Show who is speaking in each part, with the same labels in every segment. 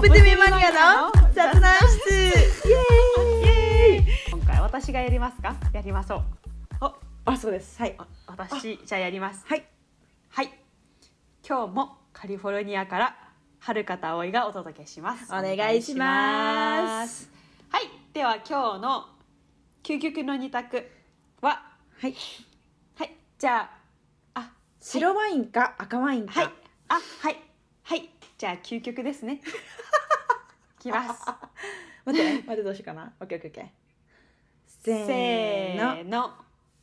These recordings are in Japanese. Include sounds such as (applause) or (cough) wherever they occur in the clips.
Speaker 1: プティビマニアの雑談室イエーイ
Speaker 2: 今回私がやりますかやりましょう
Speaker 1: あ、そうです。はい。
Speaker 2: あ私じゃあやります
Speaker 1: はい。
Speaker 2: はい今日もカリフォルニアから春方葵がお届けします
Speaker 1: お願いします
Speaker 2: はいでは今日の究極の二択は
Speaker 1: はい。
Speaker 2: はいじゃああ
Speaker 1: 白ワインか赤ワインか。
Speaker 2: はい。あはいはいじゃあ究極ですね (laughs) いきます
Speaker 1: 待って、待ってどうしようかな。オッケーオッケーオッケー。せー
Speaker 2: せー
Speaker 1: の。
Speaker 2: の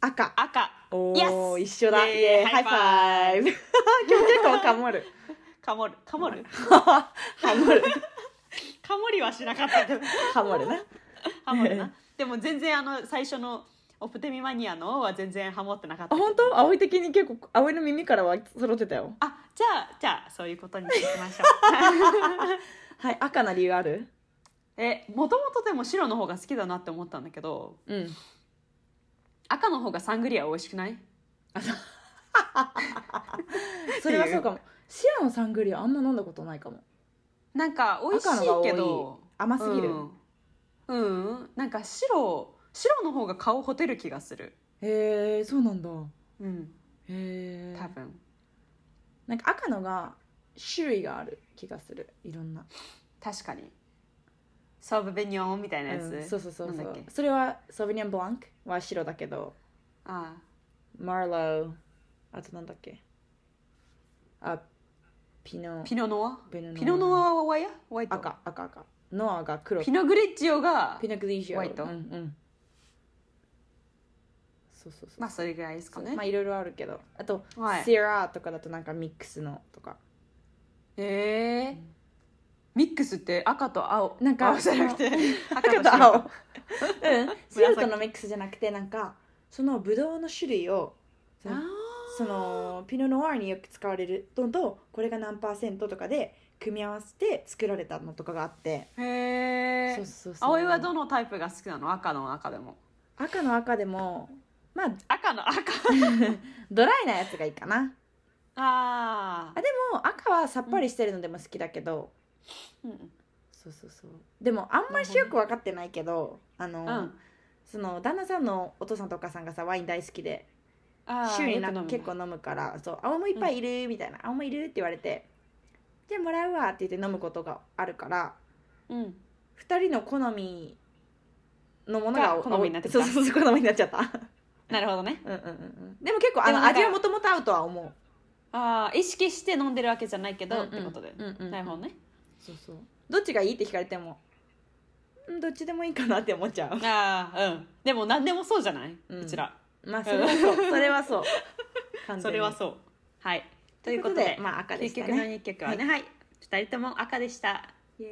Speaker 1: 赤。
Speaker 2: 赤
Speaker 1: おー、
Speaker 2: Yes
Speaker 1: 一緒だ。
Speaker 2: イエーイ
Speaker 1: イエーイ。ハイ
Speaker 2: ハ
Speaker 1: ファイブ。 (laughs) 今日結構かも (laughs) る。
Speaker 2: カモルカモル
Speaker 1: ハモる。
Speaker 2: カモリはしなかったけど
Speaker 1: ハモるな。
Speaker 2: ハモるなでも全然あの最初のオプテミマニアのは全然ハモってなかった
Speaker 1: あ、
Speaker 2: けど
Speaker 1: 本当葵的に結構、葵の耳からは揃ってたよ。
Speaker 2: あじゃあじゃあそういうことにしていきましょう (laughs)
Speaker 1: はい。赤な理由ある
Speaker 2: えもともとでも白の方が好きだなって思ったんだけど
Speaker 1: うん。
Speaker 2: 赤の方がサングリア美味しくない
Speaker 1: それはそうかも。シアのサングリアあんま飲んだことないかも。
Speaker 2: なんか美味しい
Speaker 1: 赤のが多い
Speaker 2: けど
Speaker 1: 甘すぎる。
Speaker 2: うん、うんなんか白白の方が顔ほてる気がする
Speaker 1: へえ、そうなんだ。
Speaker 2: うん
Speaker 1: へえ。
Speaker 2: 多分
Speaker 1: なんか赤のが種類がある気がするいろんな
Speaker 2: 確かにサーブベニョンみたいなやつ、
Speaker 1: うんそうそうそう
Speaker 2: な
Speaker 1: そ
Speaker 2: んだ
Speaker 1: う
Speaker 2: っけ
Speaker 1: それはソビニアンブランクは白だけど
Speaker 2: あ
Speaker 1: マーローあとなんだっけあピノ
Speaker 2: あピノノワ
Speaker 1: ベノノ
Speaker 2: ピノノアはやホワイト
Speaker 1: 赤赤赤ノアが黒
Speaker 2: ピ
Speaker 1: ピ
Speaker 2: ノグリッジオが
Speaker 1: ノグリージョ
Speaker 2: ホワイト
Speaker 1: うんうんそうそうそう
Speaker 2: まあそれぐらいですかね
Speaker 1: まあいろいろあるけどあと、
Speaker 2: はい
Speaker 1: シェラーとかだとなんかミックスのとか
Speaker 2: えーミックスって赤と青
Speaker 1: なんか
Speaker 2: 青じゃなくて
Speaker 1: 赤と (laughs)
Speaker 2: 白
Speaker 1: 青うん白とのミックスじゃなくてなんかそのブドウの種類をその
Speaker 2: あ
Speaker 1: そのピノ・ノワールによく使われるどんとこれが何パーセントとかで組み合わせて作られたのとかがあって
Speaker 2: ーへえ
Speaker 1: そう
Speaker 2: 葵はどのタイプが好きなの赤の赤でも
Speaker 1: 赤の赤で (laughs) もまあ
Speaker 2: 赤の赤
Speaker 1: ドライなやつがいいかな
Speaker 2: あ
Speaker 1: あでも赤はさっぱりしてるのでも好きだけど、
Speaker 2: ーうん
Speaker 1: そうそうそうでもあんましよく分かってないけどあの、
Speaker 2: うん
Speaker 1: その旦那さんのお父さんとお母さんがさワイン大好きで
Speaker 2: あー
Speaker 1: 週に
Speaker 2: よ
Speaker 1: な
Speaker 2: く飲むんだ
Speaker 1: 結構飲むからそう青もいっぱいいるみたいな、青もいるって言われてじゃあもらうわって言って飲むことがあるから
Speaker 2: うん
Speaker 1: 2人の好みのものが
Speaker 2: が好みになってきた
Speaker 1: そうそうそう好みになっちゃった (laughs)
Speaker 2: なるほどね
Speaker 1: うんうんうんうんでも結構あ
Speaker 2: でも
Speaker 1: の
Speaker 2: なんか
Speaker 1: 味はもともと合うとは思う
Speaker 2: ああ意識して飲んでるわけじゃないけど、
Speaker 1: うんうん
Speaker 2: ってことで、
Speaker 1: うんうん
Speaker 2: なるほどね
Speaker 1: そうそうどっちがいいって聞かれてもうんどっちでもいいかなって思っち
Speaker 2: (laughs)
Speaker 1: ゃ
Speaker 2: ああうんでも何でもそうじゃない、
Speaker 1: う
Speaker 2: うんちら
Speaker 1: うまあそれはそうそれはそう (laughs) 完全に
Speaker 2: それはそうはい
Speaker 1: ということでまあ赤で
Speaker 2: 結
Speaker 1: した
Speaker 2: 局の
Speaker 1: ね
Speaker 2: 2曲はねはい、二人とも赤でした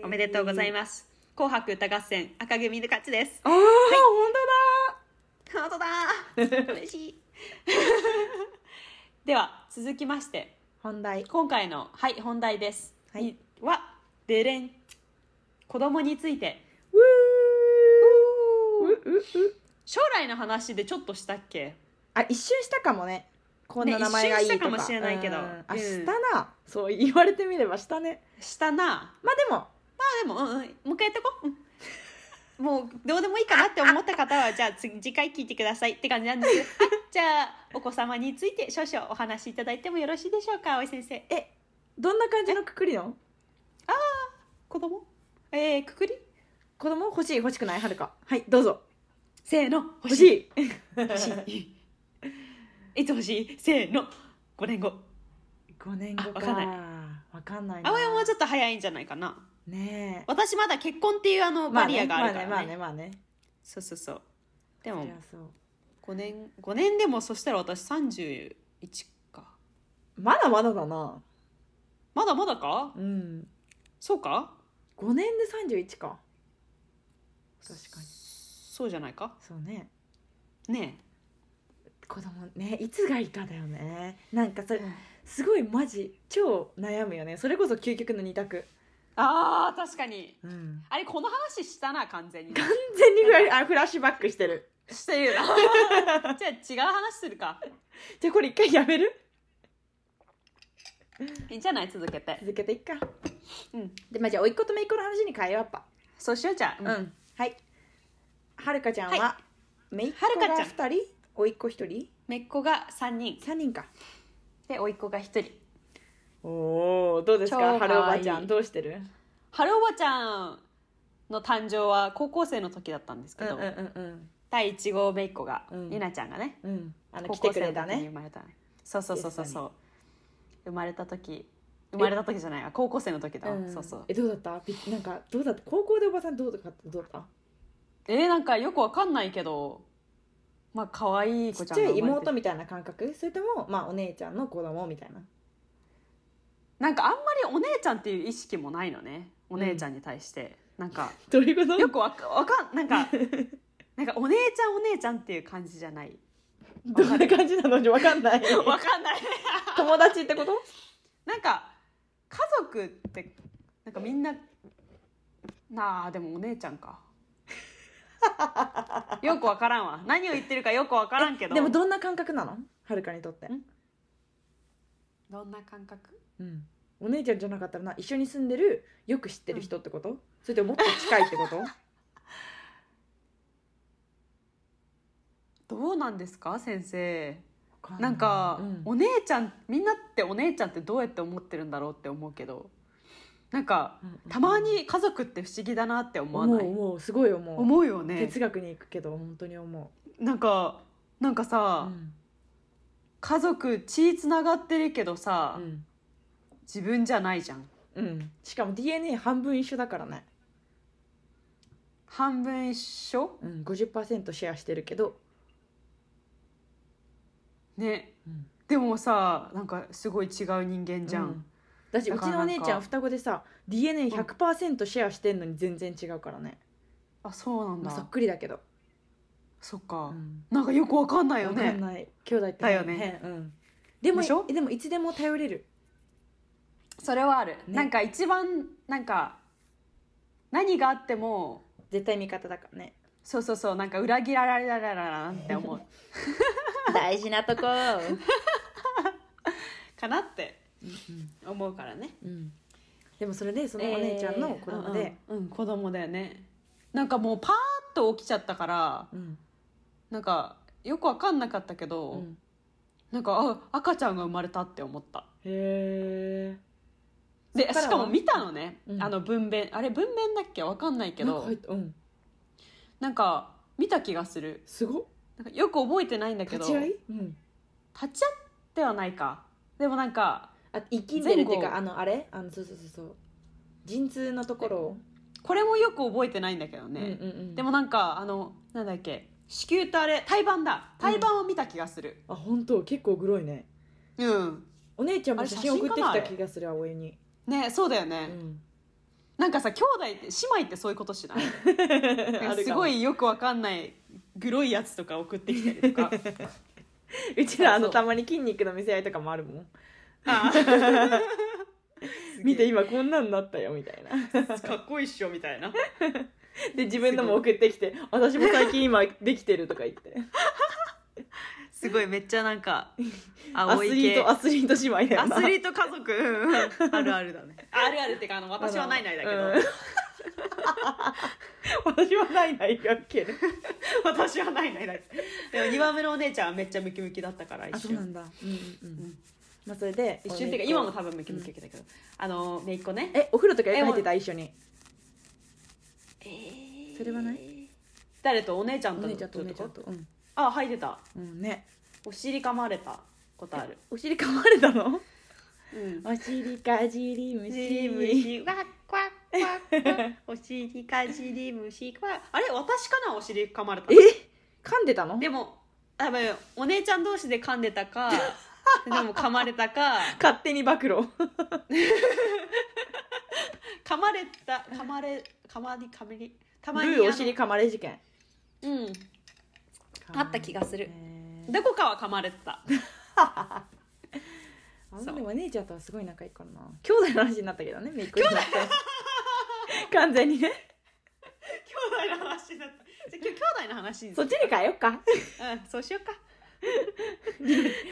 Speaker 2: おめでとうござい
Speaker 1: す
Speaker 2: ます紅白歌合戦赤組の勝ちです
Speaker 1: ああ、
Speaker 2: 本 (laughs) 当だ嬉しい (laughs) では続きまして
Speaker 1: 本当だ本題
Speaker 2: 今回のはい本題です、
Speaker 1: はい
Speaker 2: にはでれん子供について
Speaker 1: ウーううう
Speaker 2: 将来の話でちょっとしたっけ
Speaker 1: あ一瞬したかもねこんな名前がいいとか,、
Speaker 2: ね一瞬したかもしれないけど
Speaker 1: うんあ
Speaker 2: うん
Speaker 1: したな、そう言われてみればしたね
Speaker 2: したな
Speaker 1: まあでも
Speaker 2: あでも、うんうん、もう一回やってこう、うん、もうどうでもいいかなって思った方はじゃあ次次回聞いてくださいって感じなんですけどじゃあお子様について少々お話しいただいてもよろしいでしょうか葵先生
Speaker 1: どんな感じのくくりの
Speaker 2: 子供えー、くくり
Speaker 1: 子供欲しい欲しくないはるかはいどうぞ
Speaker 2: せーの欲
Speaker 1: 欲
Speaker 2: しい
Speaker 1: し
Speaker 2: 欲しいいつ欲しいせーの5年後
Speaker 1: い5年後か
Speaker 2: あわかんない
Speaker 1: わかんないな
Speaker 2: 葵はもうちょっと早いんじゃないかな
Speaker 1: ねえ
Speaker 2: 私まだ結婚っていうあのバリアがあるからね,、
Speaker 1: まあねまあねまあね
Speaker 2: そうそうそうで
Speaker 1: そ
Speaker 2: も
Speaker 1: りゃそう
Speaker 2: 5年5年でもそしたら私31か
Speaker 1: まだまだだな
Speaker 2: まだまだか
Speaker 1: うん
Speaker 2: そうか
Speaker 1: 5年で31か確かに
Speaker 2: そうじゃないか
Speaker 1: そうね
Speaker 2: ね
Speaker 1: 子供ねいつがいいかだよねなんかそ
Speaker 2: え
Speaker 1: れすごいマジ超悩むよねそれこそ究極の二択
Speaker 2: あー確かに
Speaker 1: うん
Speaker 2: あれこの話したな完全に
Speaker 1: 完全にフラあフラッシュバック (laughs) してる
Speaker 2: して (laughs) るよなじゃあ違う話するか
Speaker 1: じゃあこれ一回やめる
Speaker 2: いいんじゃない続けて
Speaker 1: 続けていっか
Speaker 2: うん
Speaker 1: でまあじゃあ甥っ子と姪っ子の話に変えようやっぱ
Speaker 2: そうしようじゃ
Speaker 1: う
Speaker 2: あうん、
Speaker 1: はいはるかちゃんは、
Speaker 2: は
Speaker 1: 姪っ
Speaker 2: は
Speaker 1: 子
Speaker 2: るか
Speaker 1: が
Speaker 2: ちゃん
Speaker 1: 2人甥っ子1人
Speaker 2: めっ子が3人
Speaker 1: 3人か
Speaker 2: で甥っ子が1人
Speaker 1: おおどうです
Speaker 2: 超可愛
Speaker 1: か
Speaker 2: い
Speaker 1: はるおばちゃんどうしてる
Speaker 2: 春おばちゃんの誕生は高校生の時だったんですけど、
Speaker 1: ん
Speaker 2: 第1号姪っ子が、
Speaker 1: うん
Speaker 2: ゆなちゃんがね
Speaker 1: うんうんあの
Speaker 2: 高
Speaker 1: 来て
Speaker 2: 校
Speaker 1: く
Speaker 2: 生
Speaker 1: れ
Speaker 2: の
Speaker 1: た
Speaker 2: 時に
Speaker 1: ね
Speaker 2: 生まれたねそうそうそうそう
Speaker 1: ゲス
Speaker 2: そ
Speaker 1: ト
Speaker 2: う生まれた時生まれた時じゃないわ高校生の時だわ、
Speaker 1: ん
Speaker 2: そうそう
Speaker 1: えどうだったびなんかどうだった高校でおばさんどうだったどうだっ
Speaker 2: えー、なんかよくわかんないけどまあ可愛い
Speaker 1: たちっ
Speaker 2: 子ちゃん
Speaker 1: ちゃい
Speaker 2: 生まれて
Speaker 1: 妹みたいな感覚それともまあお姉ちゃんの子供みたいな
Speaker 2: なんかあんまりお姉ちゃんっていう意識もないのねお姉ちゃんに対して、なんか
Speaker 1: (laughs) どういうこと
Speaker 2: よくわかわかんなんかなんかお姉ちゃんお姉ちゃんっていう感じじゃない
Speaker 1: (laughs) どんな感じなのわかんない
Speaker 2: わかんない
Speaker 1: (laughs) 友達ってこと
Speaker 2: なんか家族ってなんかみんななあでもお姉ちゃんかよくわからんわ何を言ってるかよくわからんけど
Speaker 1: でもどんな感覚なのはるかにとって
Speaker 2: んどんな感覚
Speaker 1: うんお姉ちゃんじゃなかったらな一緒に住んでるよく知ってる人ってこと、それとももっと近いってこと (laughs)
Speaker 2: どうなんですか先生
Speaker 1: わい
Speaker 2: なんか、
Speaker 1: うん
Speaker 2: お姉ちゃんみんなってお姉ちゃんってどうやって思ってるんだろうって思うけどなんか
Speaker 1: うんうん
Speaker 2: たまに家族って不思議だなって思わ
Speaker 1: 思
Speaker 2: な
Speaker 1: う
Speaker 2: い
Speaker 1: 思うすごい思う
Speaker 2: 思うよね
Speaker 1: 哲学に行くけど本当に思
Speaker 2: なんかなんか
Speaker 1: う、う
Speaker 2: さ、
Speaker 1: ん
Speaker 2: 家族血つながってるけどさ、
Speaker 1: うん
Speaker 2: 自分じゃないじゃん
Speaker 1: うん、しかも DNA 半分一緒だからね、
Speaker 2: 半分一緒
Speaker 1: うん、50%シェアしてるけど、
Speaker 2: ね
Speaker 1: うん、
Speaker 2: でもさなんかすごい違う人間じゃん、
Speaker 1: うんだしうち
Speaker 2: だから
Speaker 1: のお
Speaker 2: なんか
Speaker 1: 姉ちゃん双子でさ DNA100% シェアしてんのに全然違うからね、
Speaker 2: あそうなんだ、
Speaker 1: まあ、そ
Speaker 2: そ
Speaker 1: っくりだけど、
Speaker 2: っか、
Speaker 1: うん
Speaker 2: なんかよくわかんないよ
Speaker 1: わかん
Speaker 2: ね
Speaker 1: ない兄弟って
Speaker 2: だよね
Speaker 1: 変、うん、でも
Speaker 2: でしょ
Speaker 1: でもいつでも頼れる
Speaker 2: それはある、
Speaker 1: ね
Speaker 2: なんか一番なんか何があっても
Speaker 1: 絶対味方だからね
Speaker 2: そうそうそうなんか裏切られらららなって思う
Speaker 1: (laughs) 大事なとこ、
Speaker 2: かなって
Speaker 1: うん
Speaker 2: 思うからね
Speaker 1: うん、でもそれでそのお姉ちゃんの子供で、、
Speaker 2: えーうんうんうん子供だよねなんかもうパーッと起きちゃったから
Speaker 1: うん
Speaker 2: なんかよくわかんなかったけど、
Speaker 1: うん
Speaker 2: なんかあ赤ちゃんが生まれたって思った
Speaker 1: へえ
Speaker 2: で
Speaker 1: そっからは
Speaker 2: しかも見たのね、
Speaker 1: うん
Speaker 2: あの分娩あれ分娩だっけわかんないけど
Speaker 1: 入ったうん
Speaker 2: なんか見た気がする
Speaker 1: すごっ
Speaker 2: なんかよく覚えてないんだけ
Speaker 1: 立
Speaker 2: ど
Speaker 1: ち会い、うん、
Speaker 2: 立ち会ってはないかでもなんか
Speaker 1: あ生きてるっていう
Speaker 2: 前
Speaker 1: か
Speaker 2: 後
Speaker 1: あのあれあのそうそうそうそう陣痛のところを、
Speaker 2: これもよく覚えてないんだけどね、
Speaker 1: うんうんうん、
Speaker 2: でもなんかあのなんだっけ子宮とあれ胎盤だ胎盤を見た気がする
Speaker 1: あ本当結構グロいね
Speaker 2: うん、
Speaker 1: お姉ちゃんも
Speaker 2: あれ
Speaker 1: 写真送ってき
Speaker 2: 写真か
Speaker 1: た
Speaker 2: な
Speaker 1: 気がする青江に、
Speaker 2: ねそうだよ
Speaker 1: う
Speaker 2: ね、
Speaker 1: ん、
Speaker 2: なんかさ兄弟って姉妹ってそういうことし (laughs) ないなんかすご
Speaker 1: い
Speaker 2: いよくわかんないグロいやつとか送ってきたりと (laughs) か
Speaker 1: うち (laughs) らあの
Speaker 2: そう
Speaker 1: たまに筋肉の見せ合いとかもあるもん
Speaker 2: あー
Speaker 1: 見て今こんなんなったよみたいな
Speaker 2: (laughs) かっこいいっしょみたいな
Speaker 1: で自分のも送ってきて私も最近今できてるとか言って
Speaker 2: すごいめっちゃなん (laughs) か
Speaker 1: ア
Speaker 2: 青
Speaker 1: ス
Speaker 2: い
Speaker 1: リー
Speaker 2: 系
Speaker 1: トアスリート姉妹だよな
Speaker 2: アスリート家族うんうんあるあるだねあるあるってかあの私はないないだけど、
Speaker 1: うん私はないないやっける
Speaker 2: (laughs) 私はないないだけどでも2番目のお姉ちゃんはめっちゃムキムキだったから
Speaker 1: あ
Speaker 2: 一
Speaker 1: そうな
Speaker 2: 瞬
Speaker 1: んだうんうんう
Speaker 2: うんん
Speaker 1: まあそれで
Speaker 2: 一瞬っていうか今も多分ムキムキだけど、あの姪っ子ね
Speaker 1: えお風呂とかよく入ってた一緒に
Speaker 2: え
Speaker 1: それはない
Speaker 2: 誰とお姉ちゃ
Speaker 1: お
Speaker 2: んと
Speaker 1: 姉ちゃんとお
Speaker 2: どう
Speaker 1: 姉
Speaker 2: いう
Speaker 1: ちゃん
Speaker 2: こと
Speaker 1: うん
Speaker 2: あ入ってた
Speaker 1: うんね
Speaker 2: お尻噛まれたことある
Speaker 1: お尻噛まれたの
Speaker 2: うん
Speaker 1: お尻かじり
Speaker 2: お
Speaker 1: 虫
Speaker 2: 尻虫わっわっわっわっお尻かじり虫わっあれ私かなお尻噛まれたの
Speaker 1: え噛んでたの
Speaker 2: でもあまあお姉ちゃん同士で噛んで
Speaker 1: (laughs)
Speaker 2: たかでも噛まれたか
Speaker 1: 勝手に暴露
Speaker 2: 噛まれた噛まれ噛まり噛まりた
Speaker 1: ブ
Speaker 2: まに
Speaker 1: ーお尻噛まれ事件
Speaker 2: あのうんあった気がする
Speaker 1: へー
Speaker 2: どこかは噛まれてた
Speaker 1: あでもお姉ちゃんとはすごい仲いいからな兄弟の話になったけど
Speaker 2: (laughs)
Speaker 1: ねめいっ子になって完全にね
Speaker 2: 兄弟の話だったじゃあ今日兄弟の話に
Speaker 1: そっちに変えよっか
Speaker 2: うんそうしようか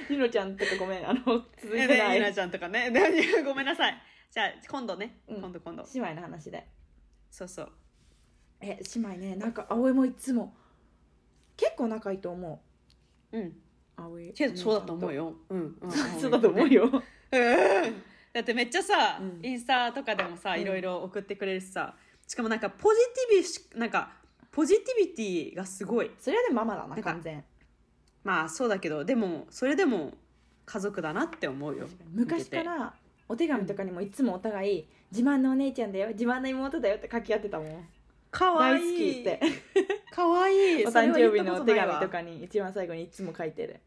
Speaker 1: ニノちゃんとかごめんあの続いてな
Speaker 2: ねゆ
Speaker 1: い
Speaker 2: な
Speaker 1: 姉
Speaker 2: ちゃんとかね。でごめんなさい。じゃあ、今度ね。
Speaker 1: うん
Speaker 2: 今度今度。
Speaker 1: 妹の話で
Speaker 2: そうそう。
Speaker 1: え姉妹ねなんか葵もいつも結構仲いいと思
Speaker 2: うん。
Speaker 1: う葵
Speaker 2: けど、そうだと思うよ。うん。ん
Speaker 1: (laughs) そうだと思う。よ
Speaker 2: うんだってめっちゃさ、
Speaker 1: うん
Speaker 2: インスタとかでもさ、
Speaker 1: うん
Speaker 2: いろいろ送ってくれるしさ。しかもなんか、ポジティビし、なんか、ポジティビティがすごい。
Speaker 1: それはでもママだ
Speaker 2: なん
Speaker 1: な
Speaker 2: か
Speaker 1: 完全
Speaker 2: まあ、そうだけど、でも、それでも、家族だなって思うよ。
Speaker 1: 昔か
Speaker 2: 見てて。
Speaker 1: らお手紙とかにもいつもお互い自慢のお姉ちゃんだよ自慢の妹だよって書き合ってたもん
Speaker 2: かわ
Speaker 1: 大
Speaker 2: い
Speaker 1: 好き
Speaker 2: い。
Speaker 1: って。
Speaker 2: かわいい。
Speaker 1: お誕生日のお手
Speaker 2: それは言ったことな
Speaker 1: 紙
Speaker 2: いわ
Speaker 1: とかに一番最後にいつも書いてる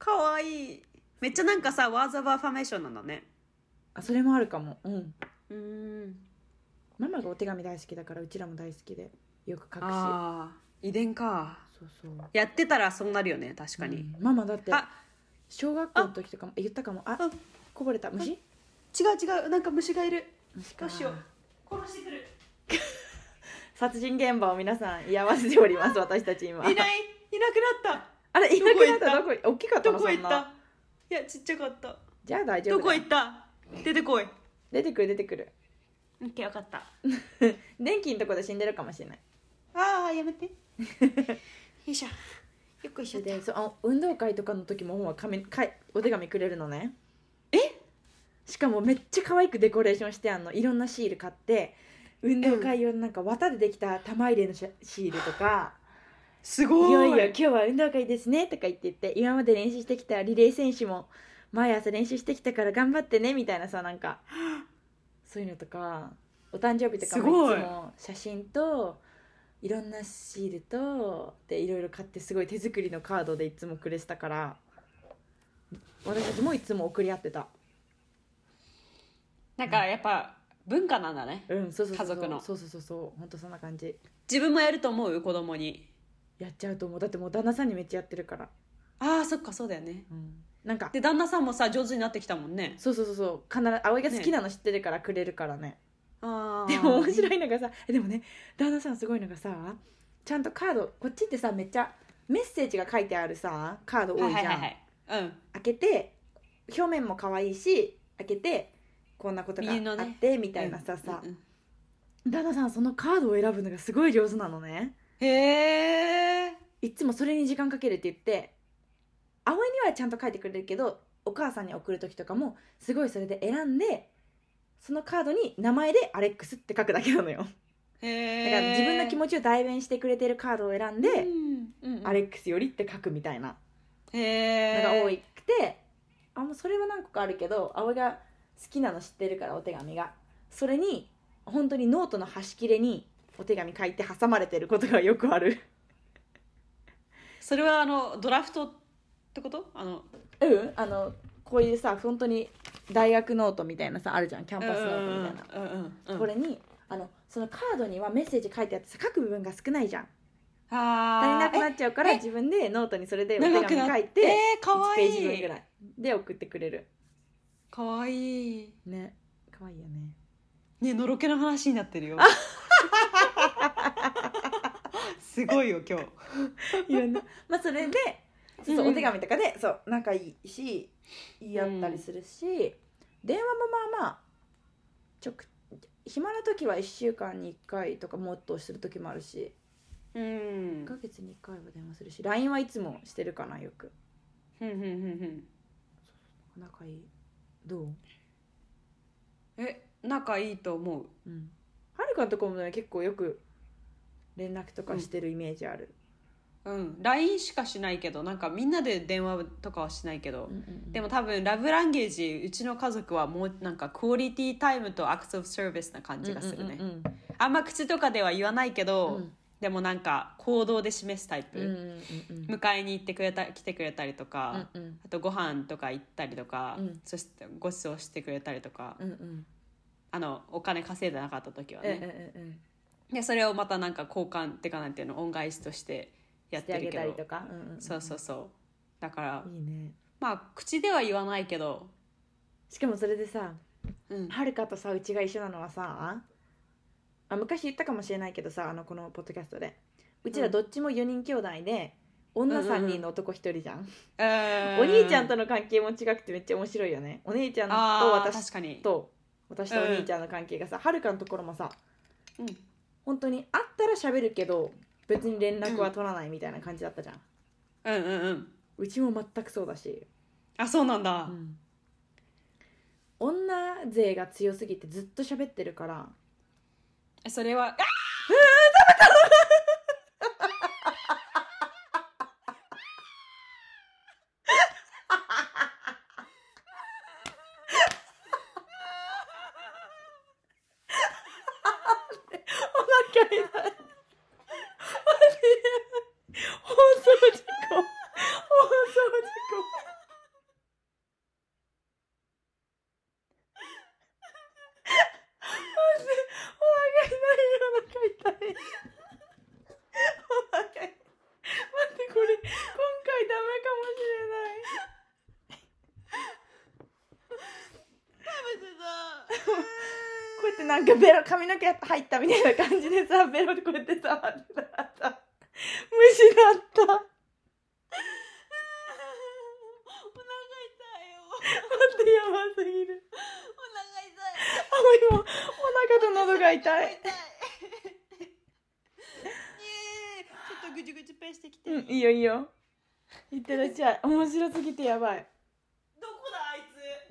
Speaker 2: かわいいめっちゃなんかさワーズ・オブ・アファメーションなんだね
Speaker 1: あそれもあるかもうん
Speaker 2: うん
Speaker 1: ママがお手紙大好きだからうちらも大好きでよく書くし
Speaker 2: あー遺伝か
Speaker 1: そうそう
Speaker 2: やってたらそうなるよね確かに、
Speaker 1: うんママだって
Speaker 2: あ
Speaker 1: 小学校の時とかもえ言ったかもあ
Speaker 2: あ
Speaker 1: こぼれた虫
Speaker 2: 違う違うなんか虫がいる
Speaker 1: 虫
Speaker 2: ど
Speaker 1: か
Speaker 2: うしよう殺してくる
Speaker 1: 殺人現場を皆さん居合わせております私たち今
Speaker 2: いないいなくなっ
Speaker 1: あれいなくなった
Speaker 2: ど
Speaker 1: どこ大
Speaker 2: (laughs)
Speaker 1: きかったた
Speaker 2: ど
Speaker 1: の
Speaker 2: こ
Speaker 1: そ
Speaker 2: 行っ
Speaker 1: んな
Speaker 2: たいやちっちゃかった
Speaker 1: じゃあ大丈夫
Speaker 2: どこ
Speaker 1: だよ
Speaker 2: 行った出てこい
Speaker 1: 出てくる出てくる
Speaker 2: オッケーわかった
Speaker 1: (laughs) 電気のとこで死んでるかもしれない
Speaker 2: ああやめて (laughs) よいしょよくいしょ
Speaker 1: でそうあの運動会とかの時ももう紙かいお手紙くれるのねえしかもめっちゃ可愛くデコレーションしてあんのいろんなシール買って運動会用のなんか綿でできた玉入れのシャシールとか
Speaker 2: す
Speaker 1: 「い
Speaker 2: ご
Speaker 1: よ
Speaker 2: い
Speaker 1: いよ今日は運動会ですね」とか言って言って今まで練習してきたリレー選手も毎朝練習してきたから頑張ってねみたいなさなんかそういうのとかお誕生日とかもいつ
Speaker 2: す
Speaker 1: も写真といろんなシールとでいろいろ買ってすごい手作りのカードでいつもくれてたから私たちもいつも送り合ってた
Speaker 2: なんかやっぱ文化なんだね
Speaker 1: うんそうそうそう
Speaker 2: 家族の
Speaker 1: そうそうそうそう本当そんな感じ
Speaker 2: 自分もやると思う子供に
Speaker 1: やっちゃうと思うだってもう旦那さんにめっちゃやってるから、
Speaker 2: ああそっかそうだよね
Speaker 1: うん、なんか
Speaker 2: で旦那さんもさ上手になってきたもんね
Speaker 1: そうそうそうそう必ず葵が好きなの知ってるからくれるからね
Speaker 2: あ
Speaker 1: でも面白
Speaker 2: い
Speaker 1: いのがさえでもね旦那さんすごいのがさちゃんとカードこっちってさめっちゃメッセージが書いてあるさカード多いじゃ
Speaker 2: は
Speaker 1: ん、
Speaker 2: いはいはいはいうん
Speaker 1: 開けて表面も可愛いし開けてこんなことがあ
Speaker 2: 右のね
Speaker 1: って、みたいなささ、
Speaker 2: うんうん
Speaker 1: 旦那さんそのカードを選ぶのがすごい上手なのね
Speaker 2: へえ
Speaker 1: いっつもそれに時間かけるって言って葵にはちゃんと書いてくれるけどお母さんに送る時とかもすごいそれで選んでそのカードに名前で「アレックス」って書くだけなのよ
Speaker 2: へ
Speaker 1: だか
Speaker 2: え
Speaker 1: ら自分の気持ちを代弁してくれてるカードを選んで「アレ
Speaker 2: へ
Speaker 1: ックスより」って書くみたいなの
Speaker 2: え
Speaker 1: が多くてあもうそれは何個かあるけど葵が好きなの知ってるからお手紙がそれに本当にノートの端切れにお手紙書いて挟まれてることがよくある
Speaker 2: それはあのドラフトってことあの
Speaker 1: うんあのこういうさ本当に大学ノートみたいなさあるじゃんキャンパスノートみたいな、
Speaker 2: うんうんうんうん
Speaker 1: これにあのそのカードにはメッセージ書いてあってさ書く部分が少ないじゃん足り
Speaker 2: あ
Speaker 1: なくな
Speaker 2: っ
Speaker 1: っちゃうから
Speaker 2: え
Speaker 1: 自分でノートにそれでお手
Speaker 2: 長く
Speaker 1: 紙
Speaker 2: な
Speaker 1: 書
Speaker 2: っ
Speaker 1: い
Speaker 2: て
Speaker 1: て
Speaker 2: えーかわ
Speaker 1: 1ページ分
Speaker 2: い
Speaker 1: ぐ
Speaker 2: い
Speaker 1: らいで送ってくれる
Speaker 2: かわいい
Speaker 1: ね可愛いよね (laughs)
Speaker 2: ねのろけの話になってるよすごいよ今日
Speaker 1: いろんなまあそれでそうそう
Speaker 2: うん
Speaker 1: お手紙とかでそう仲いいし言い合ったりするし、電話もまあまあちょく暇な時は1週間に1回とかもっとする時もあるし
Speaker 2: うん
Speaker 1: 1ヶ月に1回は電話するし LINE はいつもしてるかなよく
Speaker 2: ふんふんふんふん
Speaker 1: 仲いいどう
Speaker 2: え仲いいと思う
Speaker 1: うんはるかのとこもね結構よく連絡とかしてるイメージある、
Speaker 2: うん、LINE しかしないけどなんかみんなで電話とかはしないけど、
Speaker 1: うんうんうん
Speaker 2: でも多分ラブランゲージうちの家族はもうなんかクオリティタイムとアクセスオブサービスな感じがするね、
Speaker 1: うんうんうん
Speaker 2: あんま口とかでは言わないけど、
Speaker 1: うん
Speaker 2: でもなんか行動で示すタイプ、
Speaker 1: うんうんうんうん
Speaker 2: 迎えに行ってくれた来てくれたりとか、
Speaker 1: うんうん
Speaker 2: あとご飯とか行ったりとか、
Speaker 1: うん
Speaker 2: そしてご馳走してくれたりとか、
Speaker 1: うんうん
Speaker 2: あのお金稼いでなかった時はね、
Speaker 1: うんうんうん
Speaker 2: でそれをまたなんか交換ってかなんていうの恩返しとしてやっ
Speaker 1: して
Speaker 2: て
Speaker 1: あ
Speaker 2: る
Speaker 1: げ
Speaker 2: け
Speaker 1: たりと
Speaker 2: ど
Speaker 1: か、うんうんん
Speaker 2: そうそうそうだから
Speaker 1: いいね
Speaker 2: まあ口では言わないけど、
Speaker 1: しかもそれでさ
Speaker 2: うん、
Speaker 1: はるかとさうちが一緒なのはさあ昔言ったかもしれないけどさあのこのポッドキャストでうちらどっちも4人兄弟で、女3人の男1人じゃん、
Speaker 2: お
Speaker 1: お兄ちゃんとの関係も違くてめっちゃ面白いよねお姉ちゃんと
Speaker 2: あー
Speaker 1: 私
Speaker 2: 確かに、
Speaker 1: と私とお兄ちゃんの関係がさはるかのところもさ
Speaker 2: うん、
Speaker 1: 本当に会ったら喋るけど別に連絡は取らないみたいな感じだったじゃん、
Speaker 2: うんうんうん
Speaker 1: うちも全くそうだし、
Speaker 2: あそうなんだ、
Speaker 1: 女勢が強すぎてずっと喋ってるから
Speaker 2: それはあ
Speaker 1: お腹痛いマジで放送事故放送事故マジでお腹痛いお腹痛いお腹痛い待ってこれ今回ダメかもしれないこうやってなんかベロ髪の毛入ったみたいな感じでさベロでこうやって触ってたらさ虫だった待ってやばすぎるあもう今お腹と喉が痛い
Speaker 2: (laughs) ちょっとぐじゅぐじゅペーしてきて、
Speaker 1: うんいいよいいよいってらっしゃい面白すぎてやばい
Speaker 2: どこだあい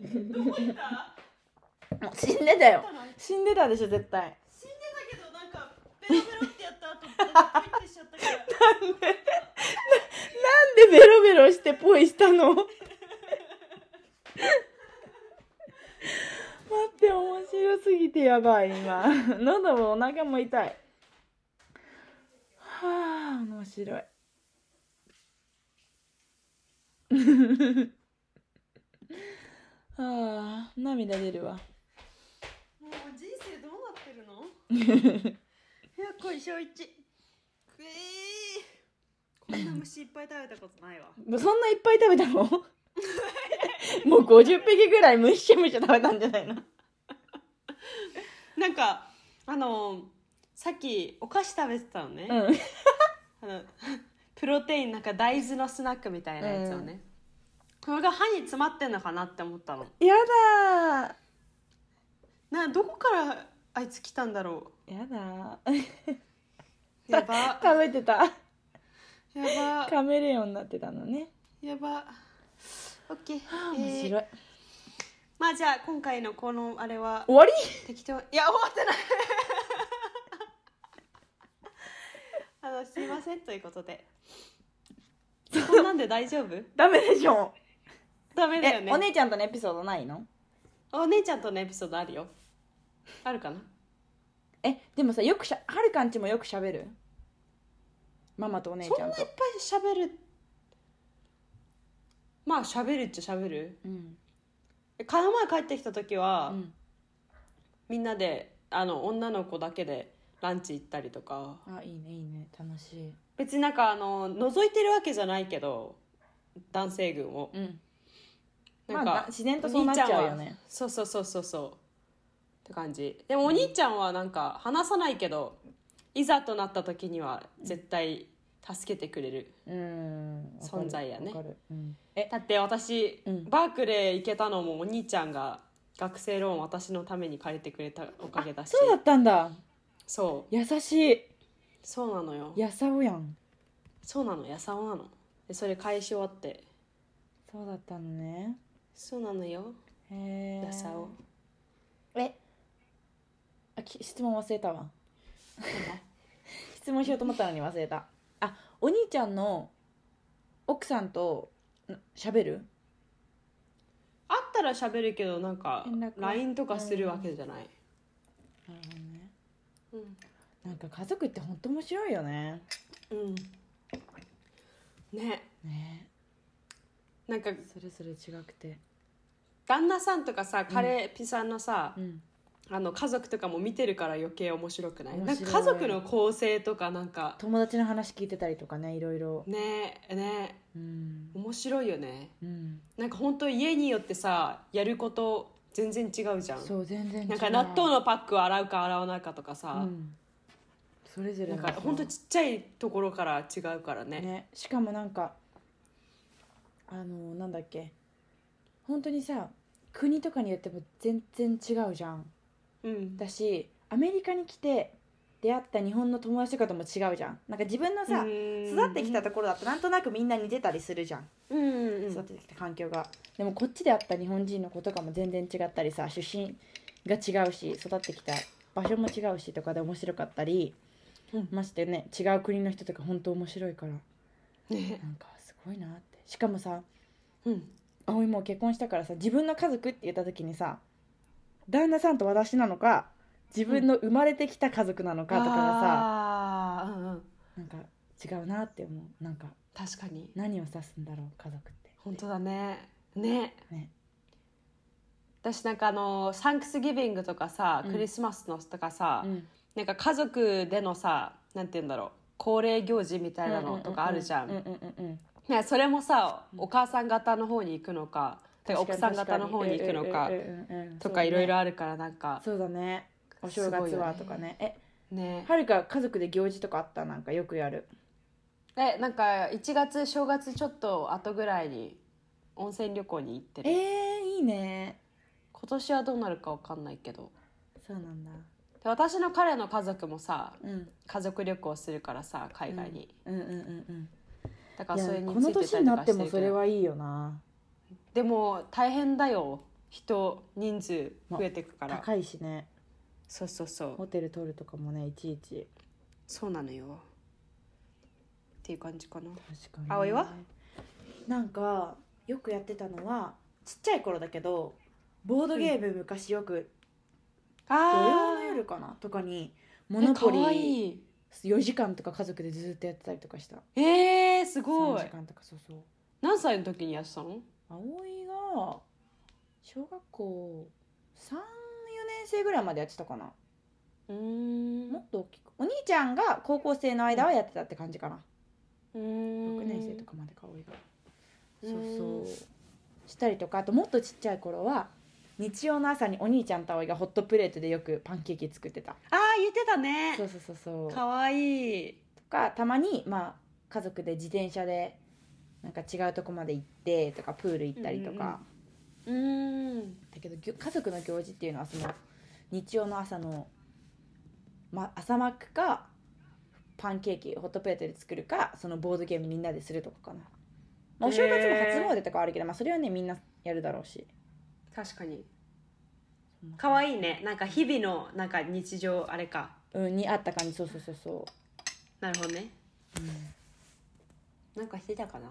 Speaker 2: つどこ行 (laughs) った
Speaker 1: もう死んでたよ
Speaker 2: 行ったの
Speaker 1: 死んでたでしょ絶対
Speaker 2: 死んでたけどなんかベロベロってやった後ポイってしちゃったから
Speaker 1: なんでベロベロしてポイしたの待って面白すぎてやばい今喉もお腹も痛いはあ面白いはあ涙出るわ
Speaker 2: もう人生どうなってる (laughs) のいやこい小一くえー、こんな虫いっぱい食べたことないわ
Speaker 1: そんないっぱい食べたのもう50匹ぐらいむしゃむしゃ食べたんじゃないの
Speaker 2: なんかあのさっきお菓子食べてたのね、
Speaker 1: うん
Speaker 2: あのプロテインなんか大豆のスナックみたいなやつをね、これが歯に詰まってんのかなって思ったの
Speaker 1: やだー
Speaker 2: などこからあいつ来たんだろ
Speaker 1: やだ
Speaker 2: う (laughs) やば
Speaker 1: 食べてた
Speaker 2: やば
Speaker 1: カメレオンになってたのね
Speaker 2: やばオッケー、
Speaker 1: 面
Speaker 2: えー
Speaker 1: 白い、
Speaker 2: まあじゃあ今回のこのあれは
Speaker 1: 終わり
Speaker 2: 適当いや終わってない (laughs) あのすいませんということでこんなんで大丈夫
Speaker 1: ダメでしょ
Speaker 2: ダメだよ
Speaker 1: え
Speaker 2: ね
Speaker 1: お姉ちゃんとのエピソードないの
Speaker 2: お姉ちゃんとのエピソードあるよあるかな
Speaker 1: えでもさよくしゃはるかんちもよくしゃべるママとお姉ち
Speaker 2: そ
Speaker 1: ゃ
Speaker 2: ん
Speaker 1: ん
Speaker 2: ないっ
Speaker 1: と
Speaker 2: ぱい喋るまあ喋るっちゃ喋る
Speaker 1: うん
Speaker 2: この前帰ってきた時は、
Speaker 1: うん
Speaker 2: みんなであの女の子だけでランチ行ったりとか
Speaker 1: あいいねいいね楽しい
Speaker 2: 別になんかあの覗いてるわけじゃないけど男性群を
Speaker 1: うん
Speaker 2: なんか、
Speaker 1: まあ自然とそうなっちゃうよ
Speaker 2: お兄ちゃんは
Speaker 1: ね
Speaker 2: そうそうそうそうそうって感じでもお兄ちゃんはなんか話さないけど、いざとなった時には絶対助けてくれる
Speaker 1: うんわかる
Speaker 2: 存在やね
Speaker 1: わかるうんえ
Speaker 2: だって私、
Speaker 1: うん
Speaker 2: バークレー行けたのもお兄ちゃんが学生ローン私のために借りてくれたおかげだし
Speaker 1: そうだったんだ
Speaker 2: そう
Speaker 1: 優しい
Speaker 2: そうなのよ
Speaker 1: やさおやん
Speaker 2: そうなのやさおなのでそれ返し終わって
Speaker 1: そうだったのね
Speaker 2: そうなのよ
Speaker 1: へえ
Speaker 2: やさお
Speaker 1: えあき質問忘れたわ質問しようと思ったのに忘れたあお兄ちゃんの奥さんとん喋る
Speaker 2: あったら喋るけどなんか
Speaker 1: 連絡は
Speaker 2: LINE とかするわけじゃない、
Speaker 1: なるほどね
Speaker 2: うん
Speaker 1: なんか家族って本当面白いよね
Speaker 2: うんね
Speaker 1: ね
Speaker 2: なんか
Speaker 1: それぞれ違くて
Speaker 2: 旦那さんとかさカレーピさんのさ
Speaker 1: う、ん
Speaker 2: あの家族とかも見てるから余計面白くない
Speaker 1: 面白い
Speaker 2: なんか家族の構成とかなんか
Speaker 1: 友達の話聞いてたりとかねいろいろ
Speaker 2: ねえね
Speaker 1: うん
Speaker 2: え面白いよね
Speaker 1: うん
Speaker 2: なんか本当家によってさやること全然違うじゃん
Speaker 1: そう全然違う
Speaker 2: なんか納豆のパックを洗うか洗わないかとかさ、
Speaker 1: うんそれぞれ
Speaker 2: だ
Speaker 1: の
Speaker 2: から
Speaker 1: さ
Speaker 2: 本当ちっちゃいところから違うからね
Speaker 1: ねしかもなんかあのなんだっけ本当にさ国とかによっても全然違うじゃん
Speaker 2: うん
Speaker 1: だしアメリカに来て出会った日本の友達とかとも違うじゃんなんか自分のさ、育
Speaker 2: 育
Speaker 1: ってきたところだとなんとなくみんな似てたりするじゃん、
Speaker 2: うんうんうん
Speaker 1: 育ってきた環境がでもこっちで会った日本人の子とかも全然違ったりさ出身が違うし育ってきた場所も違うしとかで面白かったり、
Speaker 2: うん
Speaker 1: ましてね違う国の人とか本当面白いから
Speaker 2: ね
Speaker 1: なんかすごいなってしかもさ
Speaker 2: うん
Speaker 1: 葵もう結婚したからさ自分の家族って言った時にさ旦那さんと私なのか自分の生まれてきた家族なのかとかがさ、
Speaker 2: あーうんうん
Speaker 1: なんか違うなって思うなんか
Speaker 2: 確かに
Speaker 1: 何を指すんだろう家族って
Speaker 2: 本当だねね
Speaker 1: ね
Speaker 2: 私なんかあのサンクスギビングとかさ
Speaker 1: うん
Speaker 2: クリスマスのとかさ、
Speaker 1: うん
Speaker 2: なんか家族でのさなんて言うんだろう恒例行事みたいなのとかあるじゃ
Speaker 1: うんうん
Speaker 2: ん
Speaker 1: うんうん
Speaker 2: ねそれもさ
Speaker 1: うん
Speaker 2: お母さん方の方に行くのかてか奥さん方の方に行くのかとかいろいろ
Speaker 1: あ
Speaker 2: あるからなんか
Speaker 1: そうだねお正月はとかねえ
Speaker 2: ね
Speaker 1: はるか家族で行事とかあったなんかよくやる
Speaker 2: えなんか1月正月ちょっと後ぐらいに温泉旅行に行って
Speaker 1: え
Speaker 2: る
Speaker 1: ー、いいね
Speaker 2: 今年はどうなるかわかんないけど
Speaker 1: そうなんだ
Speaker 2: で私の彼の家族もさ
Speaker 1: うん
Speaker 2: 家族旅行するからさ海外に、
Speaker 1: うんうんうん
Speaker 2: だか
Speaker 1: うん
Speaker 2: ら
Speaker 1: い
Speaker 2: そ
Speaker 1: や
Speaker 2: れに
Speaker 1: こ
Speaker 2: つ
Speaker 1: の
Speaker 2: いて
Speaker 1: 年
Speaker 2: た
Speaker 1: に
Speaker 2: りと
Speaker 1: なっ
Speaker 2: かして
Speaker 1: て
Speaker 2: るけど
Speaker 1: もそれはいいよな
Speaker 2: でも大変だよ人人数増えてくから、
Speaker 1: 高いしね
Speaker 2: そうそうそう
Speaker 1: ホテル取るとかもねいちいち
Speaker 2: そうなのよっていう感じかな
Speaker 1: 確かに、
Speaker 2: 葵は
Speaker 1: なんかよくやってたのはちっちゃい頃だけどボードゲーム昔よく土曜の夜かなとかにモノポリ
Speaker 2: えかわ
Speaker 1: ー
Speaker 2: いい
Speaker 1: 4時間とか家族でずっとやってたりとかした
Speaker 2: えー、すご
Speaker 1: 3
Speaker 2: い
Speaker 1: 時間とかそうそう
Speaker 2: 何歳の時にやってたの
Speaker 1: 葵が小学校34年生ぐらいまでやってたかな
Speaker 2: うーん
Speaker 1: もっと大きくお兄ちゃんが高校生の間はやってたって感じかな
Speaker 2: うーん
Speaker 1: 6年生とかまでか葵が
Speaker 2: う
Speaker 1: そ
Speaker 2: ん
Speaker 1: うそうしたりとかあともっとちっちゃい頃は日曜の朝にお兄ちゃんと葵がホットプレートでよくパンケーキ作
Speaker 2: (laughs)
Speaker 1: ってた
Speaker 2: ああ言ってたね
Speaker 1: そうそうそうそう
Speaker 2: かわいい
Speaker 1: とかたまにまあ家族で自転車でなんか違うとこまで行ってとかプール行ったりとか、
Speaker 2: うんうんうんうーん
Speaker 1: だけどぎょ家族の行事っていうのはその日曜の朝の、ま、朝マックかパンケーキホットプレートで作るかそのボードゲームみんなでするとかかな、まあ、お正月も初詣とかはあるけど、まあ、それはねみんなやるだろうし
Speaker 2: 確かにかわいいねなんか日々のなんか日常あれか
Speaker 1: うんにあった感じそうそうそうそ
Speaker 2: なるほどね
Speaker 1: う、うん
Speaker 2: なんかしてたかな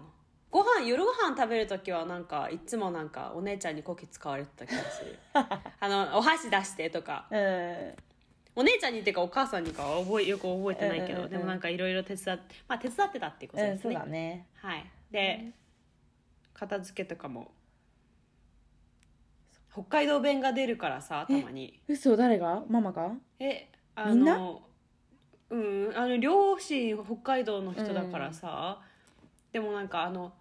Speaker 2: ご飯夜ご飯食べる時はなんかいつもなんかお姉ちゃんにこき使われてた気が
Speaker 1: (laughs)
Speaker 2: するあのお箸出してとか
Speaker 1: うん
Speaker 2: お姉ちゃんにっていうかお母さんにかは覚えよく覚えてないけ
Speaker 1: うんうん
Speaker 2: ど、
Speaker 1: うん
Speaker 2: でもなんかいろいろ手伝ってまあ手伝ってたっていうこと
Speaker 1: う
Speaker 2: で
Speaker 1: ん、
Speaker 2: す
Speaker 1: そう
Speaker 2: ね、
Speaker 1: だね
Speaker 2: はいで、片付けとかも北海道弁が出るからさたまに
Speaker 1: 嘘誰がママが
Speaker 2: えあ
Speaker 1: みんな
Speaker 2: のうんあの両親北海道の人だからさ、でもなんかあの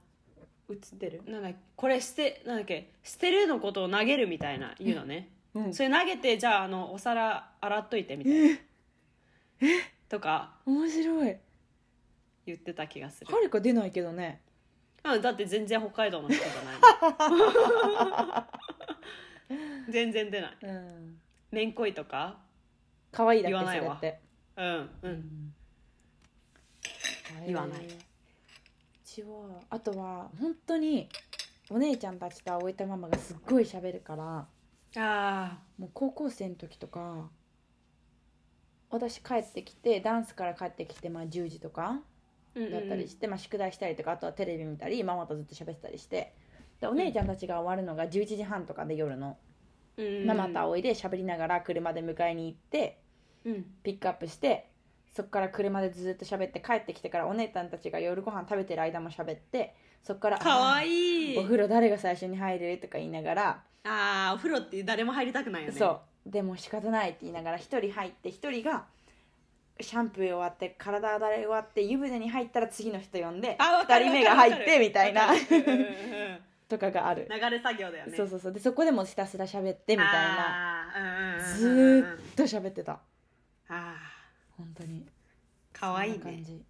Speaker 1: 映ってる
Speaker 2: なんだっけこれ捨てなんだっけ捨てるのことを投げるみたいな言うのね、
Speaker 1: うん
Speaker 2: それ投げてじゃああのお皿洗っといてみたいなとか
Speaker 1: 面白い
Speaker 2: 言ってた気がする
Speaker 1: はるか出ないけどね
Speaker 2: うん、だって全然北海道の人じゃ
Speaker 1: (laughs)
Speaker 2: ない。全然出ない。
Speaker 1: うん
Speaker 2: めんこいとか。
Speaker 1: 可愛いだ
Speaker 2: 言
Speaker 1: っ
Speaker 2: わ
Speaker 1: けそ
Speaker 2: ない
Speaker 1: れ
Speaker 2: わ
Speaker 1: って
Speaker 2: うん、うん。言わないう
Speaker 1: ちはあとは本当にお姉ちゃんたちと葵とママがすっごい喋るから
Speaker 2: ああ。
Speaker 1: もう高校生の時とか私帰ってきてダンスから帰ってきて、まあ、10時とかだったりして、まあ、宿題したりとかあとはテレビ見たりママとずっと喋ってたりしてでお姉ちゃんたちが終わるのが11時半とかで夜の、
Speaker 2: うん
Speaker 1: ママと葵で喋りながら車で迎えに行って
Speaker 2: うん。
Speaker 1: ピックアップしてそっから車でずっと喋って帰ってきてからお姉ちゃんたちが夜ご飯食べてる間も喋ってそっから
Speaker 2: かわ
Speaker 1: い
Speaker 2: いい。
Speaker 1: お風呂誰が最初に入るとか言いながら、
Speaker 2: ああ、お風呂って誰も入りたくないよね。
Speaker 1: そうでも仕方ないって言いながら一人入って一人がシャンプー終わって体洗い終わって湯船に入ったら次の人呼んで
Speaker 2: あ、わか
Speaker 1: 二
Speaker 2: る
Speaker 1: 人目が入ってみたいな
Speaker 2: わかるうんうんうん
Speaker 1: (laughs) とかがある、
Speaker 2: 流れ作業だよね。
Speaker 1: そうそうそうでそこでもひたすら喋ってみたいな
Speaker 2: あーうんうんうんうん。
Speaker 1: ずーっと喋ってた
Speaker 2: ああ。
Speaker 1: 本当に
Speaker 3: かわいい
Speaker 1: そんな
Speaker 3: ね
Speaker 1: 感じ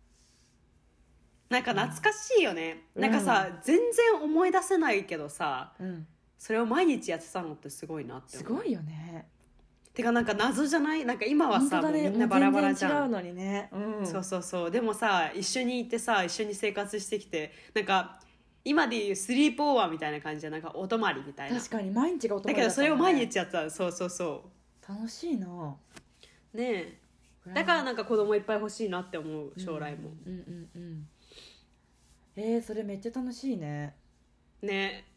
Speaker 2: なんか懐かしいよね、
Speaker 1: うん
Speaker 2: なんかさ全然思い出せないけどさ
Speaker 1: うん
Speaker 2: それを毎日やってたのってすごいなって
Speaker 1: す
Speaker 2: 思う
Speaker 1: ごいよね
Speaker 2: てかなんか謎じゃないなんか今は
Speaker 1: 本
Speaker 2: さ、
Speaker 1: 当だ
Speaker 2: も
Speaker 1: ね
Speaker 2: うみ
Speaker 1: も
Speaker 2: ん
Speaker 1: う
Speaker 2: なバラバ
Speaker 1: 全
Speaker 2: ラじ
Speaker 1: 然違
Speaker 2: ゃ
Speaker 1: うんのにねうん
Speaker 2: そうそうそうでもさ一緒に行ってさ一緒に生活してきてなんか今でいうスリープオーバーみたいな感じでなんかお泊まりみたいな
Speaker 1: 確かに毎日がお友達
Speaker 2: だけどそれを毎
Speaker 1: ね
Speaker 2: 日やってたそうそうそ
Speaker 1: 楽しいな
Speaker 2: うねえだからなんか子供いっぱい欲しいなって思う
Speaker 1: うん
Speaker 2: 将来も、
Speaker 1: うんうんうんえー、それめっちゃ楽しいね
Speaker 2: ねえ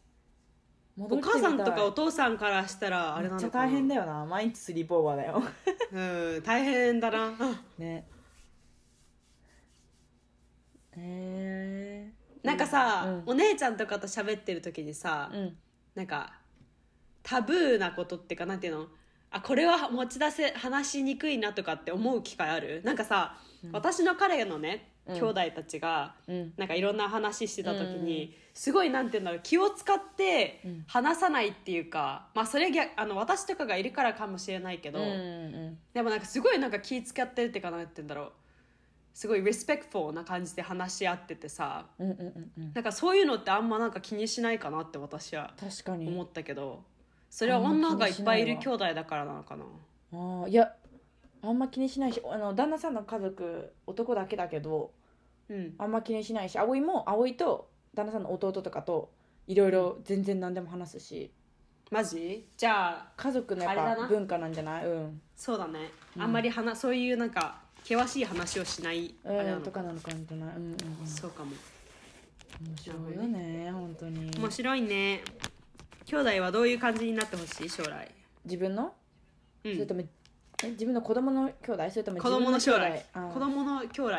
Speaker 1: 戻
Speaker 2: お
Speaker 1: ってみ
Speaker 2: 母
Speaker 1: たい
Speaker 2: さんとかお父さんからしたらあ
Speaker 1: め
Speaker 2: れな
Speaker 1: っ
Speaker 2: の
Speaker 1: ち
Speaker 2: か
Speaker 1: ゃ
Speaker 2: な
Speaker 1: 大変だよな毎日スリープオーバーだ
Speaker 2: (laughs)
Speaker 1: よ
Speaker 2: うん大変だな
Speaker 1: ねえ
Speaker 2: なんかさ、
Speaker 1: うん
Speaker 2: お姉ちゃんとかと喋ってる時にさ、
Speaker 1: ー、うん
Speaker 2: なんかタブーなことっていうかなんていうのあこれは持ち出せ話しにくいなとかって思う機会あるなんかさ、
Speaker 1: うん
Speaker 2: 私の彼のね
Speaker 1: うん
Speaker 2: 兄弟たちが、
Speaker 1: うん
Speaker 2: なんかいろんな話してた時に、すごいなんていうんだろう気を使って
Speaker 1: うん
Speaker 2: 話さないっていうか、まあそれ逆あの私とかがいるからかもしれないけど、
Speaker 1: うんうん
Speaker 2: でもなんかすごいなんか気使ってるっていうかなんていうんだろうすごいリスペクトフルな感じで話し合っててさ
Speaker 1: うんうんうんうん
Speaker 2: なんかそういうのってあんまなんか気にしないかなって私は
Speaker 1: 確か
Speaker 2: 思
Speaker 1: に
Speaker 2: ったけどそれは女がいっぱいいる兄弟だからなのかな
Speaker 1: あーいやあんま気にしないしあの旦那さんの家族男だけだけど
Speaker 2: うん
Speaker 1: あんま気にしないし葵も葵と旦那さんの弟とかといろいろ全然何でも話すし
Speaker 2: マジじゃあ
Speaker 1: 家族のやっ
Speaker 2: あれだ
Speaker 1: ぱ
Speaker 2: な
Speaker 1: 文化なんじゃないうん、
Speaker 2: そうだね、
Speaker 1: うん
Speaker 2: あんまり話そういうなんか険しい話をしないあ
Speaker 1: う、
Speaker 2: れなんの
Speaker 1: と
Speaker 2: か
Speaker 1: かなのかもしれないうんうんうん
Speaker 2: そうかも
Speaker 1: 面白いよね本当に
Speaker 2: 面白いね兄弟はどういう感じになってほしい将来
Speaker 1: 自分の、
Speaker 2: う
Speaker 1: それ
Speaker 2: ん
Speaker 1: ともえ自分の子供の兄弟それとも
Speaker 2: 子供の将来
Speaker 1: 自分の兄
Speaker 2: 子
Speaker 1: 弟あー
Speaker 2: 供の兄弟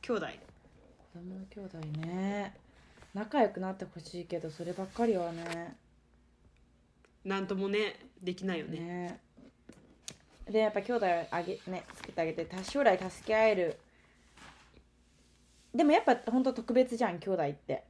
Speaker 2: 兄弟
Speaker 1: 子供の兄弟ね仲良くなってほしいけどそればっかりはね
Speaker 2: なんともねできないよね
Speaker 1: ねでやっぱ兄弟をあげね作ってあげて多将来助け合えるでもやっぱ本当特別じゃん兄弟って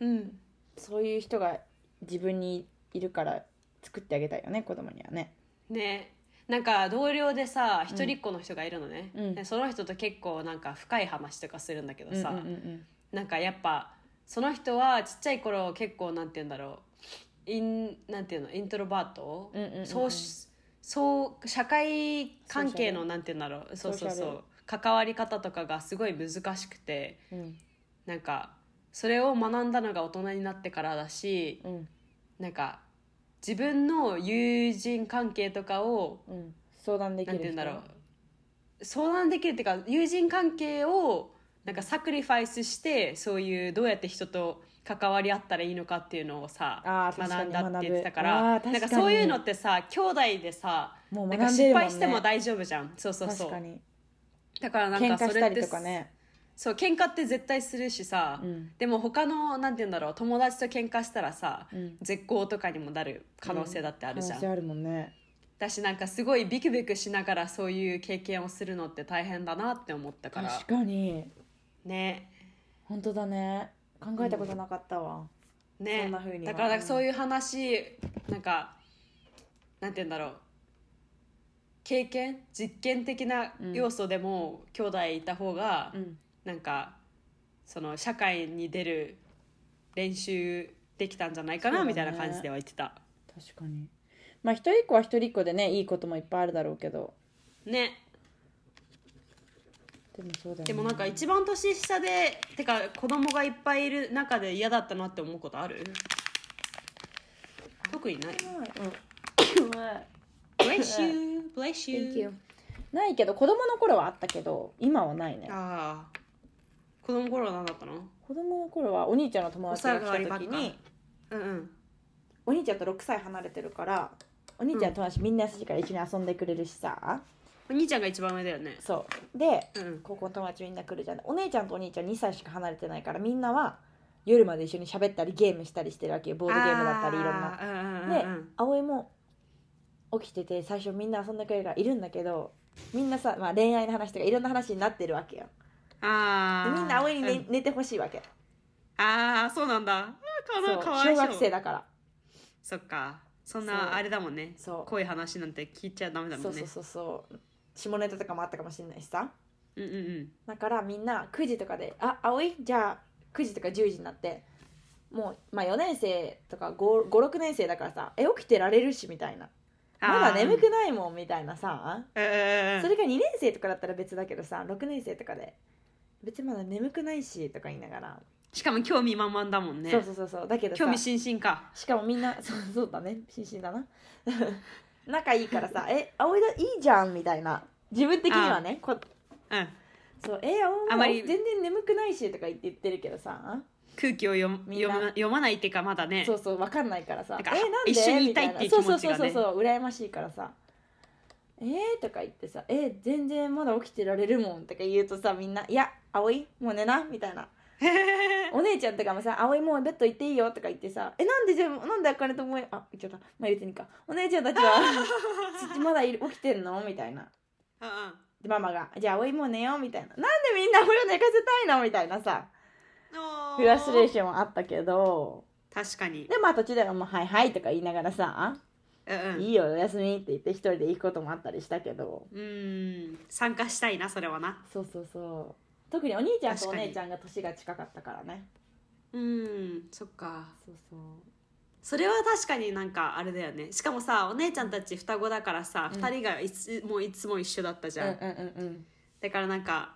Speaker 2: うん
Speaker 1: そういう人が自分にいるから作ってあげたいよね子供にはね
Speaker 2: ねなんか同僚でさ
Speaker 1: うん
Speaker 2: 一人っ子の人がいるのね、
Speaker 1: うん
Speaker 2: でその人と結構なんか深い話とかするんだけどさ、
Speaker 1: うんうんうん
Speaker 2: なんかやっぱその人はちっちゃい頃結構なんて言うんだろうインなんていうのイントロバート、
Speaker 1: うんうんうんうん
Speaker 2: そうしそう社会関
Speaker 1: ソーシ
Speaker 2: 係
Speaker 1: ャ
Speaker 2: の
Speaker 1: ル
Speaker 2: なんて言うんだろうそうそ
Speaker 1: ソー
Speaker 2: うそ
Speaker 1: シャル
Speaker 2: う関わり方とかがすごい難しくて
Speaker 1: うん
Speaker 2: なんかそれを学んだのが大人になってからだし
Speaker 1: うん
Speaker 2: なんか自分の友人関係とかを
Speaker 1: うん相談でき
Speaker 2: な
Speaker 1: る
Speaker 2: ん
Speaker 1: 人
Speaker 2: て言うんだろう相談できるっていうか友人関係をなんかサクリファイスしてそういうどうやって人と関わり合ったらいいのかっていうのをさ
Speaker 1: あー確か
Speaker 2: 学
Speaker 1: に
Speaker 2: んだって言ってたか
Speaker 1: 学ぶあ
Speaker 2: ら
Speaker 1: ー確か
Speaker 2: な
Speaker 1: に
Speaker 2: んかそういうのってさ兄弟でさ
Speaker 1: もう
Speaker 2: なんか
Speaker 1: 学んで
Speaker 2: 失
Speaker 1: るもん、ね、
Speaker 2: 敗しても大丈夫じゃんそうそうそ
Speaker 1: 確か
Speaker 2: う
Speaker 1: に
Speaker 2: だからなん
Speaker 1: 喧
Speaker 2: か
Speaker 1: 嘩し
Speaker 2: そ
Speaker 1: た
Speaker 2: れっ
Speaker 1: り
Speaker 2: て
Speaker 1: とかね
Speaker 2: そう喧嘩って絶対するしさ
Speaker 1: うん
Speaker 2: でも他のなんて言うんだろう友達と喧嘩したらさ
Speaker 1: うん
Speaker 2: 絶好とかにもなる可能性だってあるじゃん
Speaker 1: 話あるもんね
Speaker 2: だしなんかすごいビクビクしながらそういう経験をするのって大変だなって思ったから
Speaker 1: 確かに
Speaker 2: ね
Speaker 1: 本当だね考えたことなかったわ、
Speaker 2: ね
Speaker 1: そんな風には
Speaker 2: だからなんかそういう話なんかなんて言うんだろう経験実験的な要素でも兄弟いた方が、
Speaker 1: ん
Speaker 2: なんかその社会に出る練習できたんじゃないかな、
Speaker 1: そうだね
Speaker 2: みたいな感じでは言ってた
Speaker 1: 確かにまあ一人っ子は一人っ子でねいいこともいっぱいあるだろうけど
Speaker 2: ね
Speaker 1: でもそうだよね
Speaker 2: でもなんか一番年下でてか子供がいっぱいいる中で嫌だったなって思うことある特にない
Speaker 1: うん
Speaker 2: Bless you Bless you,
Speaker 1: Thank you ないけど子供の頃はあったけど今はないね
Speaker 2: ああ子供頃は何だったの
Speaker 1: 子供の頃はお兄ちゃんの友達が来た時
Speaker 2: お騒がせ
Speaker 1: に
Speaker 2: うんうん
Speaker 1: お兄ちゃんと6歳離れてるからお兄ちゃんの友達みんな優しいから一緒に遊んでくれるしさ、
Speaker 2: お兄ちゃんが一番上だよね
Speaker 1: そうで
Speaker 2: うんうん
Speaker 1: 高校の友達みんな来るじゃんお姉ちゃんとお兄ちゃん2歳しか離れてないからみんなは夜まで一緒に喋ったりゲームしたりしてるわけよボードゲームだったりいろんな
Speaker 2: あーうんうん
Speaker 1: で
Speaker 2: うんうん
Speaker 1: 葵も起きてて最初みんな遊んでくれるからいるんだけどみんなさ、まあ、恋愛の話とかいろんな話になってるわけよ
Speaker 2: あ
Speaker 1: で
Speaker 2: ー
Speaker 1: みんな葵に寝,、
Speaker 2: うん
Speaker 1: 寝てほしいわけ
Speaker 2: ああそうなんだあーか
Speaker 1: そ
Speaker 2: な
Speaker 1: う
Speaker 2: か
Speaker 1: 小
Speaker 2: わいそう
Speaker 1: 学生だから
Speaker 2: そっかそん
Speaker 1: そう
Speaker 2: なあれだもんね
Speaker 1: そう
Speaker 2: 濃い話なんて聞いちゃダメだ
Speaker 1: そ
Speaker 2: もん
Speaker 1: う
Speaker 2: ね
Speaker 1: そうそうそう下ネタとかもあったかもしれないしさ
Speaker 2: うんうんうん
Speaker 1: だからみんな9時とかで「あ葵じゃあ9時とか10時になってもう、まあ、4年生とか56年生だからさえ起きてられるしみたいなまだ眠くないもんみたいなさ
Speaker 4: うんうんうん
Speaker 1: それが2年生とかだったら別だけどさ6年生とかで別にまだ眠くないしとか言いながら、
Speaker 2: しかも興味満々だもんね
Speaker 1: そうそうそうそうだけどさ
Speaker 2: 興味津々か
Speaker 1: しかもみんな (laughs) そうそうだね心身だな (laughs) 仲いいからさ「え葵だいいじゃん」みたいな自分的にはねこ
Speaker 2: うん
Speaker 1: そうえ葵
Speaker 2: あまり
Speaker 1: 全然眠くないしとか言って言ってるけどさ
Speaker 2: 空気を読む
Speaker 1: みんな
Speaker 2: 読ま読まないっていうかまだね
Speaker 1: そうそうわかんないからさ
Speaker 2: な
Speaker 1: 「
Speaker 2: ん
Speaker 1: え
Speaker 2: か
Speaker 1: なんで?」
Speaker 2: 一緒にいたい
Speaker 1: み
Speaker 2: っていう
Speaker 1: な
Speaker 2: 気持ちがね
Speaker 1: そうそうそうそう羨ましいからさ「えー?」とか言ってさ「えー全然まだ起きてられるもん」とか言うとさみんな「いや葵もう寝な」みたい
Speaker 2: (laughs)
Speaker 1: なお姉ちゃんとかもさ「葵もうベッド行っていいよ」とか言ってさ「えなんでじゃあなんであかねと思いあ言っちゃったまあ言っていいかお姉ちゃんたち
Speaker 2: (laughs)
Speaker 1: はそっちまだいる起きてんの?」みたいな。
Speaker 2: (laughs) うんうん
Speaker 1: でママが「じゃあ葵もう寝よう」みたいな「なんでみんな葵を寝かせたいの?」みたいなさフラストレーションはあったけど
Speaker 2: 確かに
Speaker 1: でまあ途中ではもう「はいはい」とか言いながらさ
Speaker 2: うんう
Speaker 1: 「
Speaker 2: ん
Speaker 1: いいよお休み」って言って一人で行くこともあったりしたけど
Speaker 2: うーん参加したいなそれはな
Speaker 1: そうそうそう特にお兄ちゃんとお
Speaker 2: 確かに
Speaker 1: 姉ちゃんが年が近かったからね
Speaker 2: うんそっか
Speaker 1: そうそう
Speaker 2: それは確かになんかあれだよねしかもさお姉ちゃんたち双子だからさ、
Speaker 1: うん
Speaker 2: 二人がいつもういつも一緒だったじ
Speaker 1: うん
Speaker 2: ゃん、
Speaker 1: うんうんうん
Speaker 2: だからなんか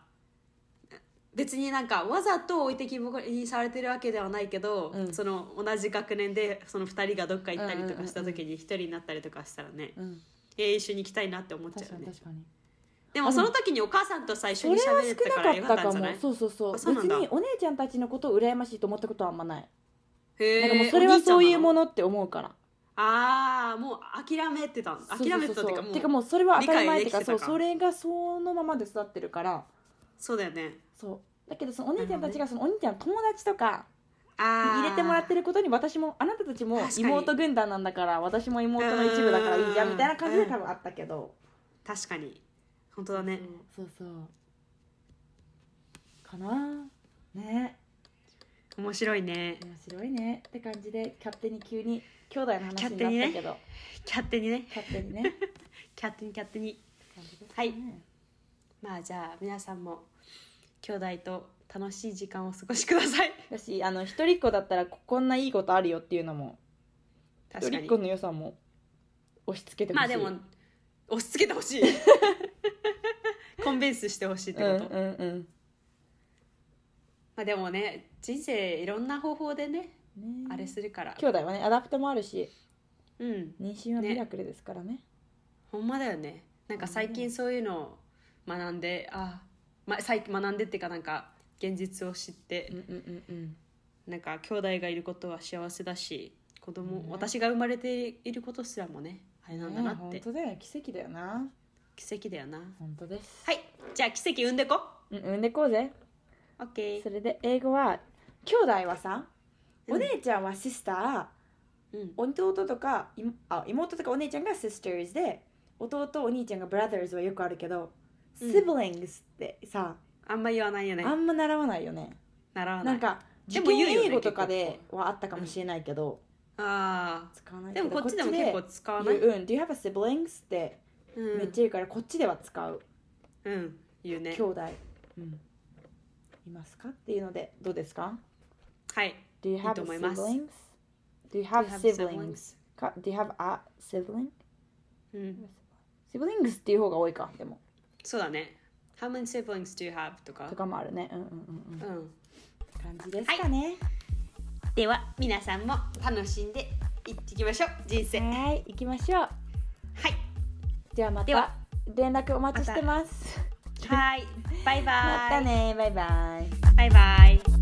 Speaker 2: 別になんかわざと置いてきぼりにされてるわけではないけど、
Speaker 1: うん
Speaker 2: その同じ学年でその二人がどっか行ったりとかした時に一人になったりとかしたらね、
Speaker 1: うん
Speaker 2: えー一緒に行きたいなって思っちゃ
Speaker 1: 確
Speaker 2: う
Speaker 1: か
Speaker 2: よ
Speaker 1: に
Speaker 2: ね
Speaker 1: 確かに
Speaker 2: でもその時にお母さんと最初
Speaker 1: そ
Speaker 2: に
Speaker 1: れ
Speaker 2: 喋
Speaker 1: は
Speaker 2: れ
Speaker 1: 少
Speaker 2: てた
Speaker 1: な
Speaker 2: か
Speaker 1: から
Speaker 2: よか
Speaker 1: っ
Speaker 2: ったた
Speaker 1: か
Speaker 2: んじゃない
Speaker 1: もそうそうそう
Speaker 2: あそうな
Speaker 1: 別
Speaker 2: んだ
Speaker 1: にお姉ちゃんたちのことを羨ましいと思ったことはあんまない、
Speaker 2: へ
Speaker 1: な
Speaker 2: ー
Speaker 1: んかもうそれはそういうも
Speaker 2: お兄ちゃんなの
Speaker 1: のって思うから
Speaker 2: ああもう諦めてた諦めてたっていうかもう
Speaker 1: てかもうそれは当たり前っていうか
Speaker 2: 理
Speaker 1: そ
Speaker 2: 解
Speaker 1: う
Speaker 2: できてたか
Speaker 1: それがそのままで育ってるから
Speaker 2: そうだよね
Speaker 1: そうだけどそのお姉ちゃんたちがそのお兄ちゃんの友達とかに
Speaker 2: ああ
Speaker 1: 入れてもらってることに私もあなたたちも
Speaker 2: 確かに
Speaker 1: 妹軍団なんだから私も妹の一部だからいいじゃ
Speaker 2: うん
Speaker 1: みたいな感じで多分あったけど
Speaker 2: 確かに本当だね
Speaker 1: そうそうかなね
Speaker 2: 面白いね
Speaker 1: 面白いねって感じで勝手に急に兄弟の話
Speaker 2: 勝手
Speaker 1: に
Speaker 2: に
Speaker 1: な
Speaker 2: ね
Speaker 1: ったけど
Speaker 2: 勝手にね
Speaker 1: 勝手にね
Speaker 2: 勝手に勝手に
Speaker 1: 感じですね
Speaker 2: (laughs) はいまあじゃあ皆さんも兄弟と楽しい時間をお過ごしくだ
Speaker 1: (laughs)
Speaker 2: さい
Speaker 1: だしあの一人っ子だったらここんないいことあるよっていうのも一
Speaker 2: 確か
Speaker 1: 人っ
Speaker 2: に
Speaker 1: 子の良さも押し付けてほしい
Speaker 2: まあでも押し付けてほしい (laughs) コンベンスしてほしいって
Speaker 1: う
Speaker 2: こ
Speaker 1: ん
Speaker 2: と、
Speaker 1: うん
Speaker 2: ま
Speaker 1: うん
Speaker 2: あでもね人生いろんな方法でね
Speaker 1: ね
Speaker 2: あれするから
Speaker 1: 兄弟はねアダプトもあるし
Speaker 2: うん
Speaker 1: 妊娠はミラクルですからね
Speaker 2: ほんまだよねなんか最近そういうのを学んであま最近学んでっていうかなんか現実を知って、
Speaker 1: うんうんうんうん
Speaker 2: なんか兄弟がいることは幸せだし子供、
Speaker 1: うん
Speaker 2: 私が生まれていることすらもねあれなんだなっ
Speaker 1: ね
Speaker 2: て、
Speaker 1: 本当だよ奇跡だよな
Speaker 2: 奇跡だよな
Speaker 1: 本当です
Speaker 2: はいじゃあ奇跡生んでこ
Speaker 1: うん産んでこうぜ
Speaker 2: OK
Speaker 1: それで英語は兄弟はさお姉ちゃんはシスター
Speaker 2: うん
Speaker 1: 弟とかいあ妹とかお姉ちゃんが sisters で弟お兄ちゃんが brothers はよくあるけど、
Speaker 2: うん
Speaker 1: siblings ってさ
Speaker 2: あんま言わないよね
Speaker 1: あんま習わないよね
Speaker 2: 習わな
Speaker 1: ないんか
Speaker 2: で
Speaker 1: 受
Speaker 2: も
Speaker 1: 験
Speaker 2: 言うよね
Speaker 1: 英語とかで
Speaker 2: 結
Speaker 1: はあったかもしれないけど、
Speaker 2: あ
Speaker 1: 使わな
Speaker 2: あ
Speaker 1: い
Speaker 2: で
Speaker 1: けど
Speaker 2: もこっちでも結構
Speaker 1: こ
Speaker 2: 使わ
Speaker 1: っ
Speaker 2: な
Speaker 1: ち
Speaker 2: い
Speaker 1: で言ううん「Do you have a siblings?」って
Speaker 2: うん
Speaker 1: めっちゃ言うから、こっちでは使う
Speaker 2: うん言うね
Speaker 1: 兄弟、うん、いますかっていうのでどうですか
Speaker 2: はい
Speaker 1: Do you
Speaker 2: いい
Speaker 1: have
Speaker 2: と思い
Speaker 1: siblings?
Speaker 2: ます
Speaker 1: Do you have
Speaker 2: Do you have
Speaker 1: siblings? か Do you have a sibling?
Speaker 2: うん、
Speaker 1: siblings っていう方が多いかでも
Speaker 2: そうだね How many siblings do you have? とか
Speaker 1: とかもあるねうんうんうんうん
Speaker 2: うん
Speaker 1: 感じですかね
Speaker 2: では皆さんも楽しんでいってきましょう人生
Speaker 1: は
Speaker 2: はい
Speaker 1: い行きましょうじゃあま
Speaker 2: で
Speaker 1: た
Speaker 2: は
Speaker 1: 連絡お待ちしてます (laughs)
Speaker 2: はいバイバイ
Speaker 1: またねバイバイ
Speaker 2: バイバイ